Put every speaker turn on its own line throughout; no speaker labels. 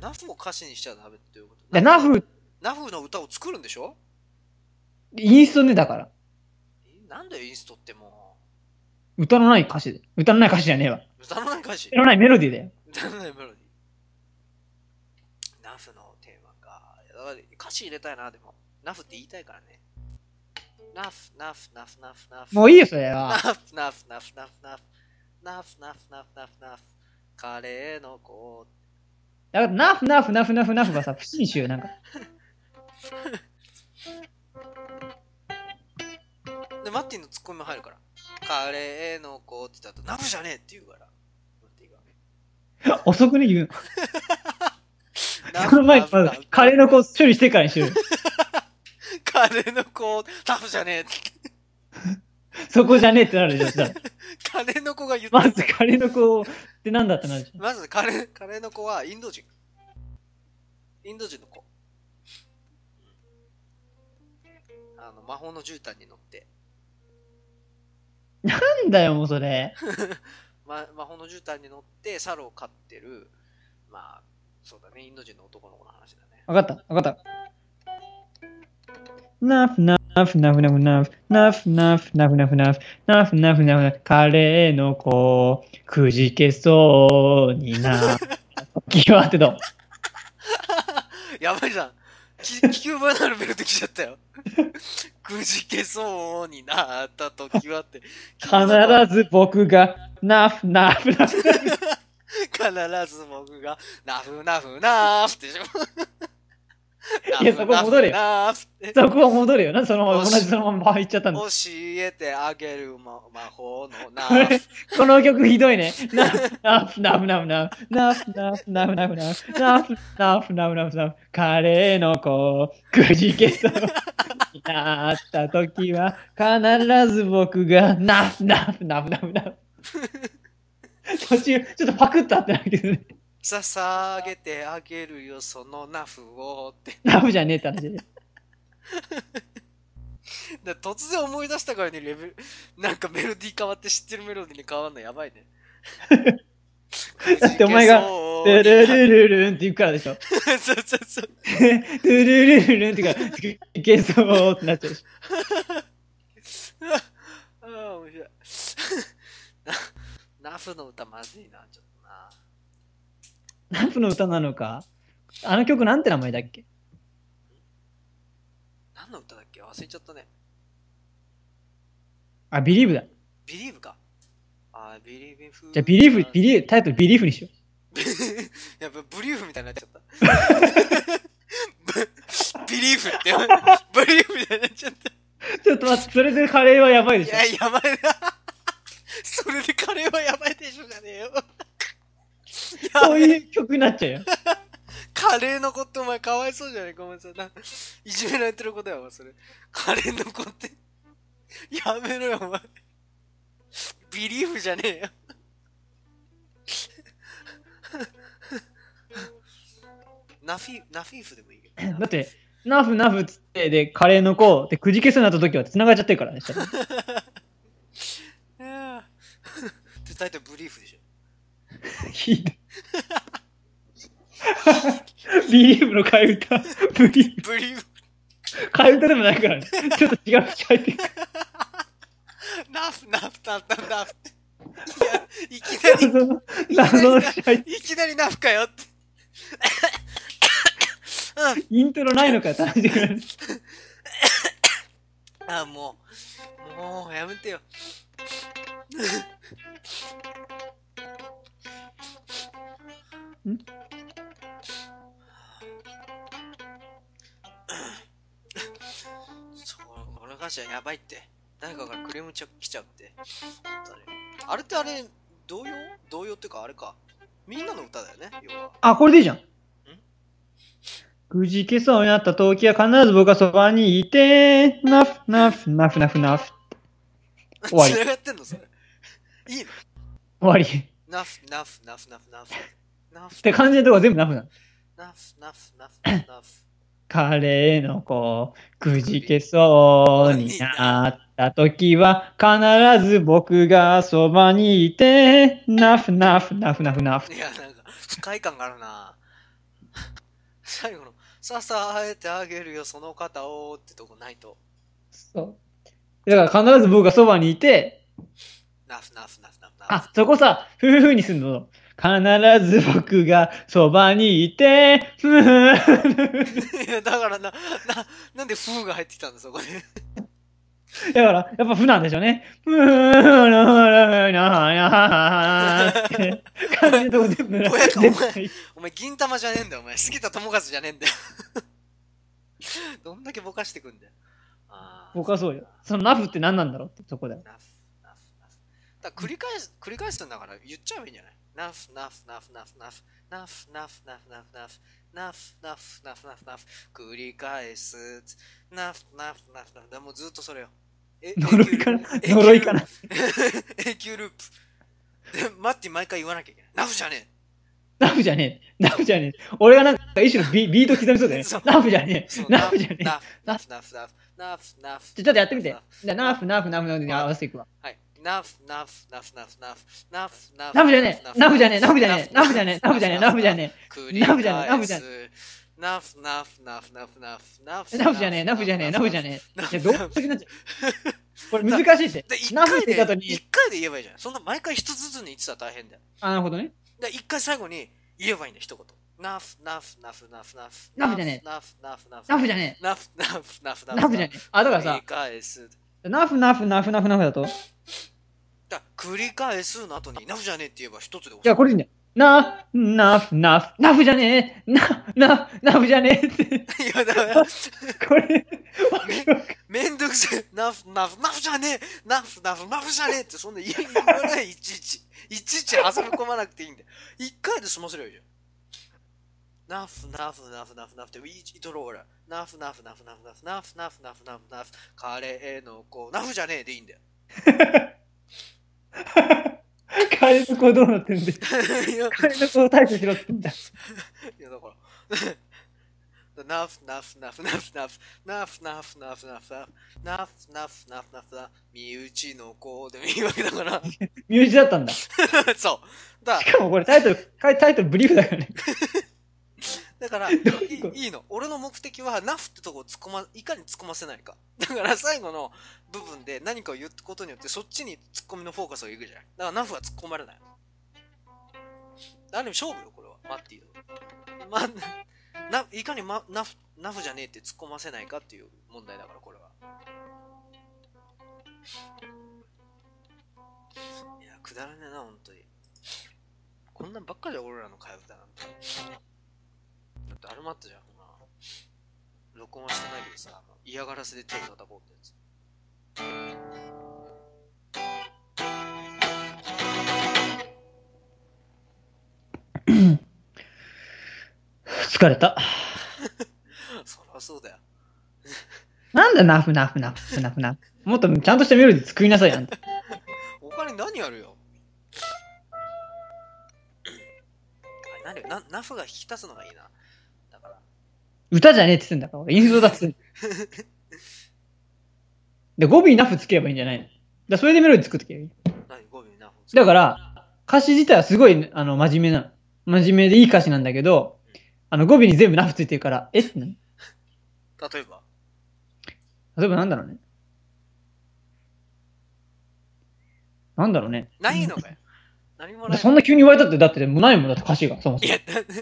ナフを歌詞にしちゃダメっていうこと
でナフ、
ナフの歌を作るんでしょ
インストね、だから。
えなんだよ、インストっても
歌のない歌詞で。歌のない歌詞じゃねえわ。
う。歌のない歌詞
歌。のないメロディーだよ。
歌のないメロディー。ナフのテーマか。いやだから歌詞入れたいな、でも。ナフって言いたいからね。ナフ、ナフ、ナフ、ナフ、ナフ。
もういいよ、それ
ナ
は。
フナフナフナフナフナフナフナフナフナフカレーの子
だから、ナフナフナフナフナフがさ、不審しようよ、なんか。
でマッティンのツッコミも入るからカレーの子って言った後ナフじゃねえって言うからマッティが
遅くね、言う
ナ
の。
フ
この前
ナ、フ
ま
ナ
ず
フ
カレーの子処理してからにしようよ。
カレーの子ナフじゃねえって
そこじゃねえってなるでしょ、そしたら
カレーの子が言って
ま
た
ずカレーの子ってなんだってなるでしょ。
まずカレーカレーの子はインド人インド人の子あの魔法の絨毯に乗って
なんだよ、もうそれ。
ま、魔法の絨毯に乗って猿を飼ってる、まあ、そうだね、インド人の男の子の話だね。
わかった、わかった。ナフナフナフナフナフナフナフナフナフナフナフナフナフナフカレーの子くじけそうにな時はってどう
やばいじゃん。き聞き覚えのあるメロディー来ちゃった よ。くじけそうになった時は って。
必ず僕がナフナフナフ
必ず僕が、ナフナフナフでしょ。
いやそこ戻れよ
ナフナフナフ って
そこは戻るよなそのまま同じそのまま行っちゃったんだ
教えてあげる魔魔法のナ
これ
フ。
この曲ひどいね。ナフナフナフナフナフナフナフナフナフナフナフナフナフナフナフカレーの子くじけそうになった時は必ず僕がナフナフナフナフナフ途中ちょっとパクッと合ってないけどね。
捧げてあげるよ、そのナフをって。
ナフじゃねえって話で。
だから突然思い出したからね、レベル、なんかメロディー変わって知ってるメロディーに変わんのやばいね。
だってお前が
そ
ト
う
ゥルルルルンって言うからでしょ。
そうそうそう。
トゥルルルルンって言うから、くじけそうってなっちゃうでしょ。
ああ、面白い。 なナフの歌まずいな、ちょっとな。
ナフの歌なのかあの曲なんて名前だっけ
何の歌だっけ忘れちゃったね。
あ、ビリーブだ。
ビリーブか。あー、ビリーブフ
じゃあ、ビリーフ、ビ
リ
リー、タイトルビリーフにしよう。
ー やっぱブリーフみたいになっちゃった。 ブビリーフって、ブリーフみたいになっちゃ った。
ちょっと待って、それでカレーはやばいで
い
し
や、
ょ。
やばいな。それでカレーはやばいでしょじゃねえよ。
そういう曲になっちゃうよ。
カレーの子ってお前かわいそうじゃねえごめんなさい。ないじめられてる子だよ、お前それ。カレーの子って。やめろよ、お前。ビリーフじゃねえよ。ナフィ、ナフィーフでもいいけど。
だって、ナフナフっつって、で、カレーの子、で、くじけそうになった時は繋がっちゃってるからね。
いやーで、大体ブリーフでしょ。
ひどい ビリーフの替え歌、ブリーフ、
ブリーフ、
替え歌でもないからね。ちょっと違う口入ってる。
ナフ、ナフ、ナフ、ナフ、ナフ。いや、いきなり。
謎の、謎の口入ってる
いきなりナフかよって。
イントロないのかって話でからね。
あ、もう、もう、やめてよ。
ん
そう、この歌詞はやばいって。誰かからクレームちゃ来ちゃうって。あれってあれ、童謡童謡っていうかあれか。みんなの歌だよね、要は。
あ、これでいいじゃん。くじけそうになった時は必ず僕はそばにいて、ナフナフナフナフナフ。終わ り
繋がってんのそれ。いいの
終わり。っ
ナフ、ナフ、ナフ、ナフ、ナフ。ナフ、
て感じのとこ全部ナフなの。
ナフ、ナフ、ナフ、ナフ。
カレーの子、くじけそうになった時は必ず僕がそばにいて、ナフナフナフナフナフ。
いや、なんか、不快感があるな。 最後の、支えてあげるよ、その肩をってとこないと。
そう。だから必ず僕がそばにいて、
ナフナフナフナフナフ。
あ、そこさ、ふふふにすんの。必ず僕がそばにいて、ふふふ。
いや、だからな、な、なんで風が入ってきたんだ、そこで。
だから、やっぱ不なんでしょうね。ふふふって感じのとこ全部、全部
お前、銀玉じゃねえんだよ、お前。杉田智和じゃねえんだよ。 どんだけぼかしてくんだよ。あー
僕はそうよ。そのナフって何なんだろうってそこだよ。
ナフナフナフ。だから繰り返す、繰り返すんだから言っちゃえばいいんじゃないナフナフナフナフナフナフナフナフナフナフナフナフナフナフナフ繰り返すつナフナフナフナフだもうずっとそれよ。え
呪いかな
永久ル
呪いかな
永久ループ。で、マッティ毎回言わなきゃいけない。ナフじゃね
ナフじゃねえ。ナフじゃねえ。俺がなんか一種のビビート刻みそうだよね
そう。
ナフじゃね
え
え
そう。
ナフじゃねえ。
ナフナフナフナフナフナフ
ちょちょっとやってみて。じゃあナフナフナフナフに合わせていくわ。
はい。ナフナフナフナフナフナフナフ
ナフじゃねえ。ナフじゃねえ。ナフじゃねえ。ナフじゃねえ。ナフじゃねえ。ナフじゃね
繰り返すナフじゃねナフナフナフナフナフナフ
え。ナフじゃねえ。ナフじゃねえ。ナフじゃねえ。
ナ
い
フ
やどうもになっちゃ う。これ難しいし
で一。
ナフっ
回
て
で
言った後
一
に、
回で言えばいいじゃんそんな毎回一つずつに言ってたら大変だよ
あ、なるほどね。
で一回最後に言えばいいんだよ一言ナフナフナフナフナフ
ナフじゃね
ナフナフナフ
ナフじゃね
ナフナフナフ
え。ナフじゃねえ。あ、だから
繰
さ
り、返す
ナフナフナフナフナフだと。
だ繰り返すの後にナフじゃねえって言えば一つで
じゃあこれでいいんだよ。ナフナフナフナフじゃねえ。ナナナフじゃねえって。
いやだから
これ、
めんどくせえ、ナフナフナフじゃねえ、ナフナフナフじゃねえって、そんな言い言わない、いちいち。いちいち挟み込まなくていいんだよ。一回で済ませればいいじゃん。ナフナフナフナフナフって、ウィーチトローラー。ナフナフナフナフナフナフナフナフナフナフ、カレーの子、ナフじゃねえでいいんだよ。
カエルの子どうなってんだよ。
いや
カエルの子を対処しろって言うんだ。
いやだから。ナフナフナフナフナフナフナフナフナフナフナフナフナフナフナフ身内の子でもいいわけだから。
ミュージだったんだ。し
そう。だ
かもこれタイトル、タイトルブリーフだからね。
だから、い
どういうこと
いいの。俺の目的は、ナフってとこを突っ込ま、いかに突っ込ませないか。だから最後の部分で何かを言ったことによって、そっちに突っ込みのフォーカスをいくじゃん。だからナフは突っ込まれない。ある意味勝負よ、これは。マッティの。ま、な、いかに、ま、 ナフ、ナフじゃねえって突っ込ませないかっていう問題だから、これは。いや、くだらねえな、本当に。こんなんばっかじゃん、俺らの会話だなんて。だってあれもあったじゃん、ほら。録音はしてないけどさ、あの嫌がらせで手を叩こうってやつ。
疲れた。
そりゃそうだよ。
なんだナフナフナフナフナフ。もっとちゃんとしたメロディー作りなさい、あんた。
他に何やるよあれ何よな、ナフが引き立つのがいいな。だから、
歌じゃねえって言ってんだから、俺インフロだって言ってんだ。で、語尾にナフつければいいんじゃないのだからそれでメロディー作ってけばいい。
何語尾にナフをつけ
だから、歌詞自体はすごい、あの、真面目なの。真面目でいい歌詞なんだけど、あの、語尾に全部ナフついてるから、えってなる
例えば、
例えばなんだろうね。なんだろうね。
ないのかよ。何も
だ
ない
そんな急に言われたって、だって、もうないもんだって歌詞が、そも そ
い
も。
や、だ
だって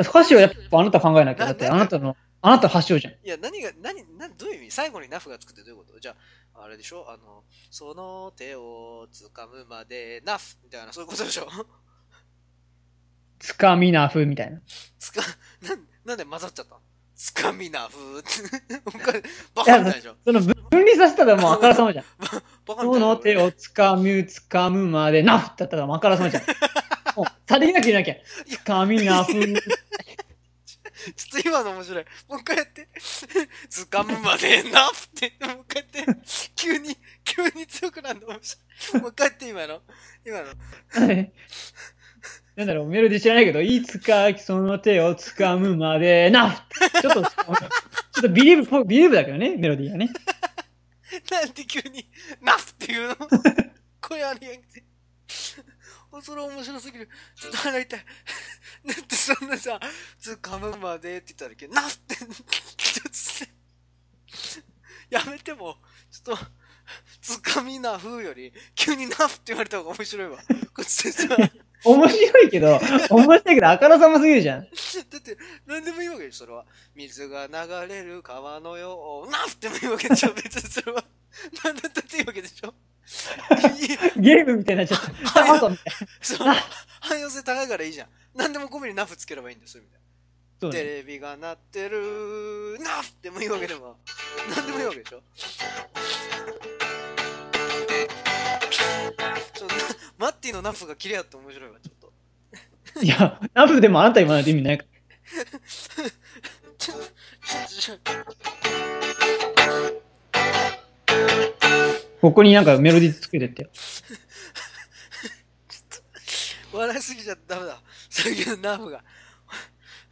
歌詞はやっぱあなた考えなきゃ。だって、
な
あなたの、あなた発祥じゃん。
いや、何が、何、何、どういう意味最後にナフがつくってどういうことじゃあ、あれでしょあの、その手を掴むまでナフみたいな、そういうことでしょ
つかみなふみたいな。
つか、 なん、なんで混ざっちゃったのつかみなふーって。おかバカみたいでしょ
その分離させたらもうあからさまじゃん。
バカみた
そ
い
の手をつかむ、つかむまで、ナフってやったらもうあからさまじゃん。もう、さりげなきゃいなきゃ。つかみなふ。
ちょっと今の面白い。もう一回やって。つかむまでなって。もう一回やって。急に、急に強くなるの面白い。もう一回やって、今の。今の。
なんだろう、メロディー知らないけど、いつかその手をつかむまで、ナフちょっと、ちょっとビリーブっぽい、ビリーブだけどね、メロディーがね。
なんで急に、ナフっていうの声ありやんて。それは面白すぎる。ちょっと腹痛い。だってそんなさ、ずっと噛むまでって言ったらけど、なって、ちょっと、やめても、ちょっと、つかみな風より、急になって言われた方が面白いわ。こっちでさ、だ
面白いけど、面白いけど、あからさますぎるじゃん。
って、なんでもいいわけでしょ、それは。水が流れる川のよう、なってもいいわけでしょ、別にそれは。なんだったっていいわけでしょ。いい
ゲームみたいになっちゃった。
はい
あそうみたいな
そう。汎用性高いからいいじゃん。なんでもゴミにナフつければいいんだよ、そういう意味で。
そう
テ
ね
レビが鳴ってるー、ナフでもいいわけでも、なんでもいいわけでしょ。ちょっと、マッティのナフが切れやって面白いわ、ちょっと。
いや、ナフでもあんた今なんて意味ないか
ちょちょ
ら。ここになんかメロディーつけてってよ。
笑いすぎちゃダメだ。最近のナフが。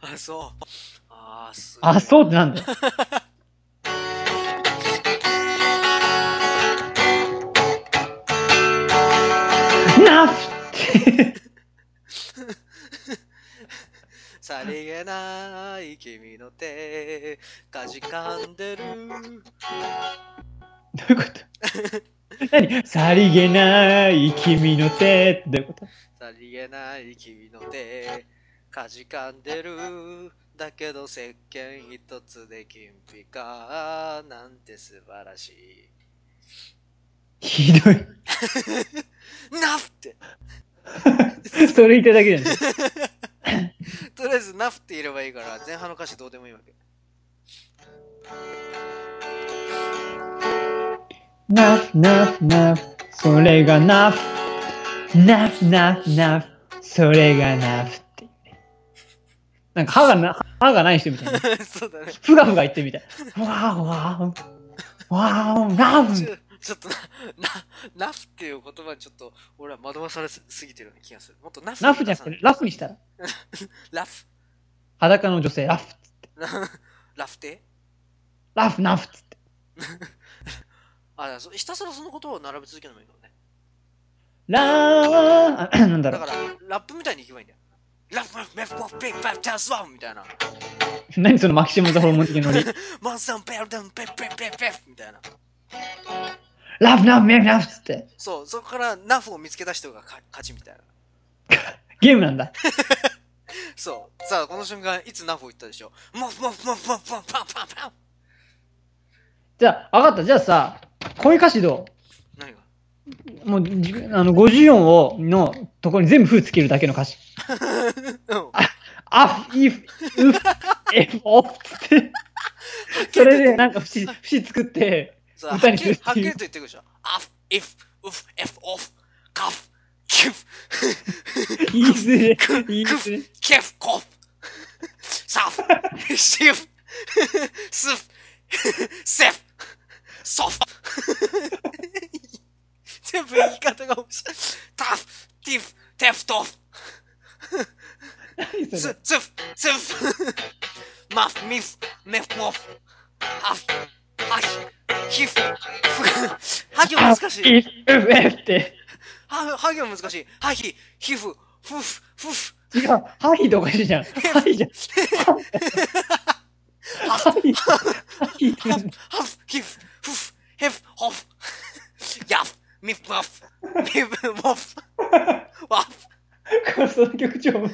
あ、そう。あー、す。
あ、そううっ てなんだよ。ナフって。
さりげない君の手、かじかんでる。
どういうこと何さりげない君の手ってどういうこと
さりげない君の手かじかんでるだけど石鹸一つで金ピカなんて素晴らしい
ひどい。
ナフって
それ言っただけじゃん。
とりあえずナフって言えればいい から前半の歌詞どうでもいいわけ
ナフナフナフ、それがナフ。ナフナフナフ、それがナフっていうね。なんか歯がな、歯がない人みたいな。
そうだね
ふがふが言ってるみたい。わーわー。わー、ナ
ち
フ。
ょちょっとななナフっていう言葉にちょっと俺は惑わされすぎてるような気がするもっとナフ
ナフじゃなくて、ラフにしたら。
ラフ
裸の女性、ラフ。
ラフ って
ラフ、ナフっつって。
あそうひたすらその言葉を並べ続けるのもいいかもね
ラー、あ なんだろ
だからラップみたいにいけばいいんだよラフラフメフポフピッパッチャンスワンみたいな
う。何そのマキシムズホルモン的なノリ。
マンサンペルデンペッペッペッペッみたいな。
ラフ、ナフ、メフ、ナフっつって。
そう、そこからナフを見つけた人が勝勝ちみたいな。
ゲームなんだ。
そう。さあ、この瞬間、いつナフを言ったでしょモフモフモフモフモフパンパンパン
じゃあ、わかった。じゃあさ、こういう歌詞どう
何が
もうじあの54をのところに全部「ふ」つけるだけの歌詞。
うん。
「あふ」「いふ」「うふ」「えふ」「おふ」ってそれでなんか節節作って
さあ、はっ
歌に
きり
する
はっきりと言っていくでしょアフ、イフ、ウフ、エフ、オフ、カフ、キュフ、
言いずれ言い
ク
ずれ
フ、キェフ、コフ、サフ、シフ、スフ、セフ、ソフ。全部言い方が面白い。タフ、ティフ、テフ、トフ。
何そ
ツ
れ
ツフツフマフミフメフモフハフハヒヒフフハ行難しい
い「うふ」「えふ」って
ハハ行難しいハヒヒフフフフフ
違う「はひ」でおかしいじゃん「はひ」じゃん「はひ」「はひ」って
ハ
な
フ
んだ
ハフヒフフフヘフホフヤフミフマフミフモフワ フ
これその曲超面白い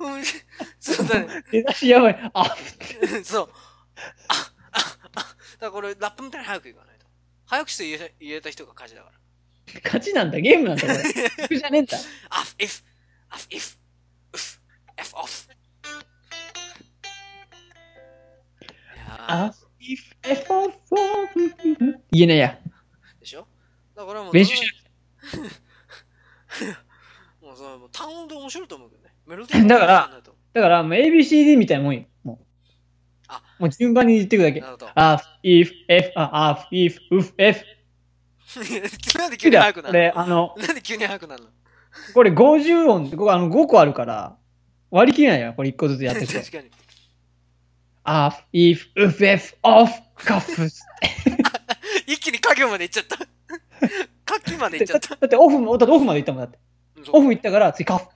うんそうだね
出だしやばい「あふ」って
そうあああだからこれラップみたいに早く言わないと早くして言えた言えた人が勝ちだから
勝ちなんだゲームなんだこれ 曲じゃねえんだ
アフイフ、アフイフ、ウフ、エフオフ。いや
あふ「いふ」「えふ」「言えないや
ーでしょだからもう、
練習しなく
もうそのもう単音で面白いと思う けどね。メロディー
だから
面白くないと思
だから、もう ABCD みたいなもんよ。もう
あ
もう順番に言っていくだけ
うな。るほど。
あ、if, f, あ、あ、if, f, f。
なんで急に早くな
こ
る
れ、あの、
のなんで急に早くなるの
これ50音って、ここあの5個あるから、割り切れないよ。これ1個ずつやって
確
いくと。
かに。
あ、if, f, f, off, cuff.
一気に家業まで行っちゃった。 カキまでいっちゃ
だ
っ
った て。だってオフも、だってオフまで行ったもんだって。オフ行ったから、次カフ。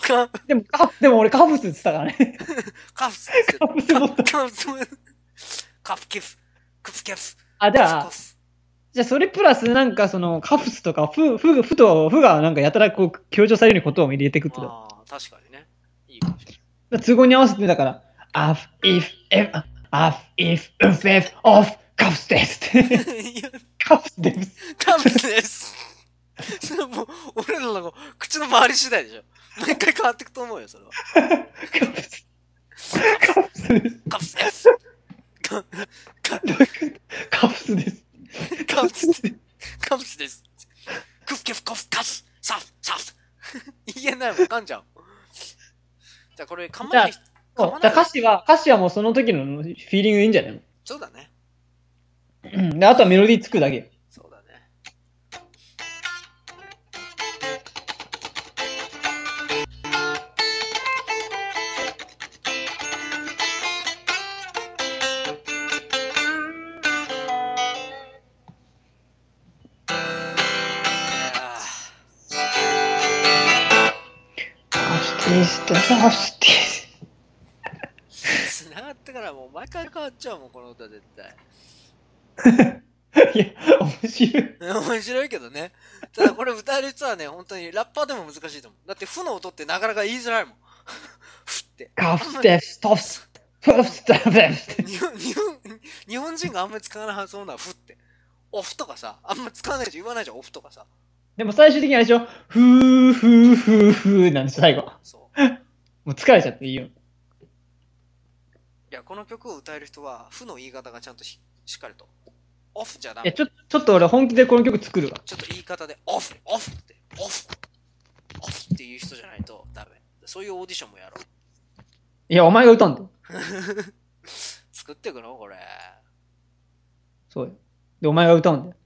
カ
でも、カフ、でも俺カフスって言ってたから ね。
カフス
カフス持った。
カフスカフキフクフキフ
あ、じゃ
カ
あ、
フス
じゃあそれプラスなんかその、カフスとか、フ、フ、フと、フがなんかやたらこう、強調されるようにことを入れていくってこと。
ああ確かにねいいかもしれない
だから都合に合わせてだから、アフ、イフ、エフ、アフ、イフ、ウフ、エフ、オフ、カフスです って。
い や
カフスです。
カフスですそれはもう俺らの口の周り次第でしょ毎回変わっていくと思うよそれは
カフス。カフスです。
カフスですカ
カフスで
カフ
す。
スカフスですクフキフカフカフスサフサフ言えないもん噛んじゃうじゃあこれ噛まない人
そうじゃあ歌詞は、歌詞はもうその時のフィーリングいいんじゃないの
そうだね
うんで、あとはメロディーつくだけ。
そうだね
カフスです。カフスです。
つながってからもう毎回変わっちゃうもんこの歌絶対
いや、面白い。
面白いけどねただこれ歌える人はね本当にラッパーでも難しいと思うだって負の音ってなかなか言いづらいもんふって
カフスです。トフス。トフス、トフス。
日本日本 日本人があんまり使わなはずなのはふってオフとかさあんまり使わないじゃん言わないじゃんオフとかさ
でも最終的にあれでしょふーふーふーふーなんですよ、最後。
そうい
もう疲れちゃっていいよ。
やこの曲を歌える人は負の言い方がちゃんとししっかりとオフじゃダ
いや、
メ
ちょ、ちょっと俺本気でこの曲作るわ。
ちょっと言い方でオフオフってオフオフっていう人じゃないとダメそういうオーディションもやろう
いや、お前が歌うんだよ。
作ってくのこれ
そうよ。で、お前が歌うんだよ。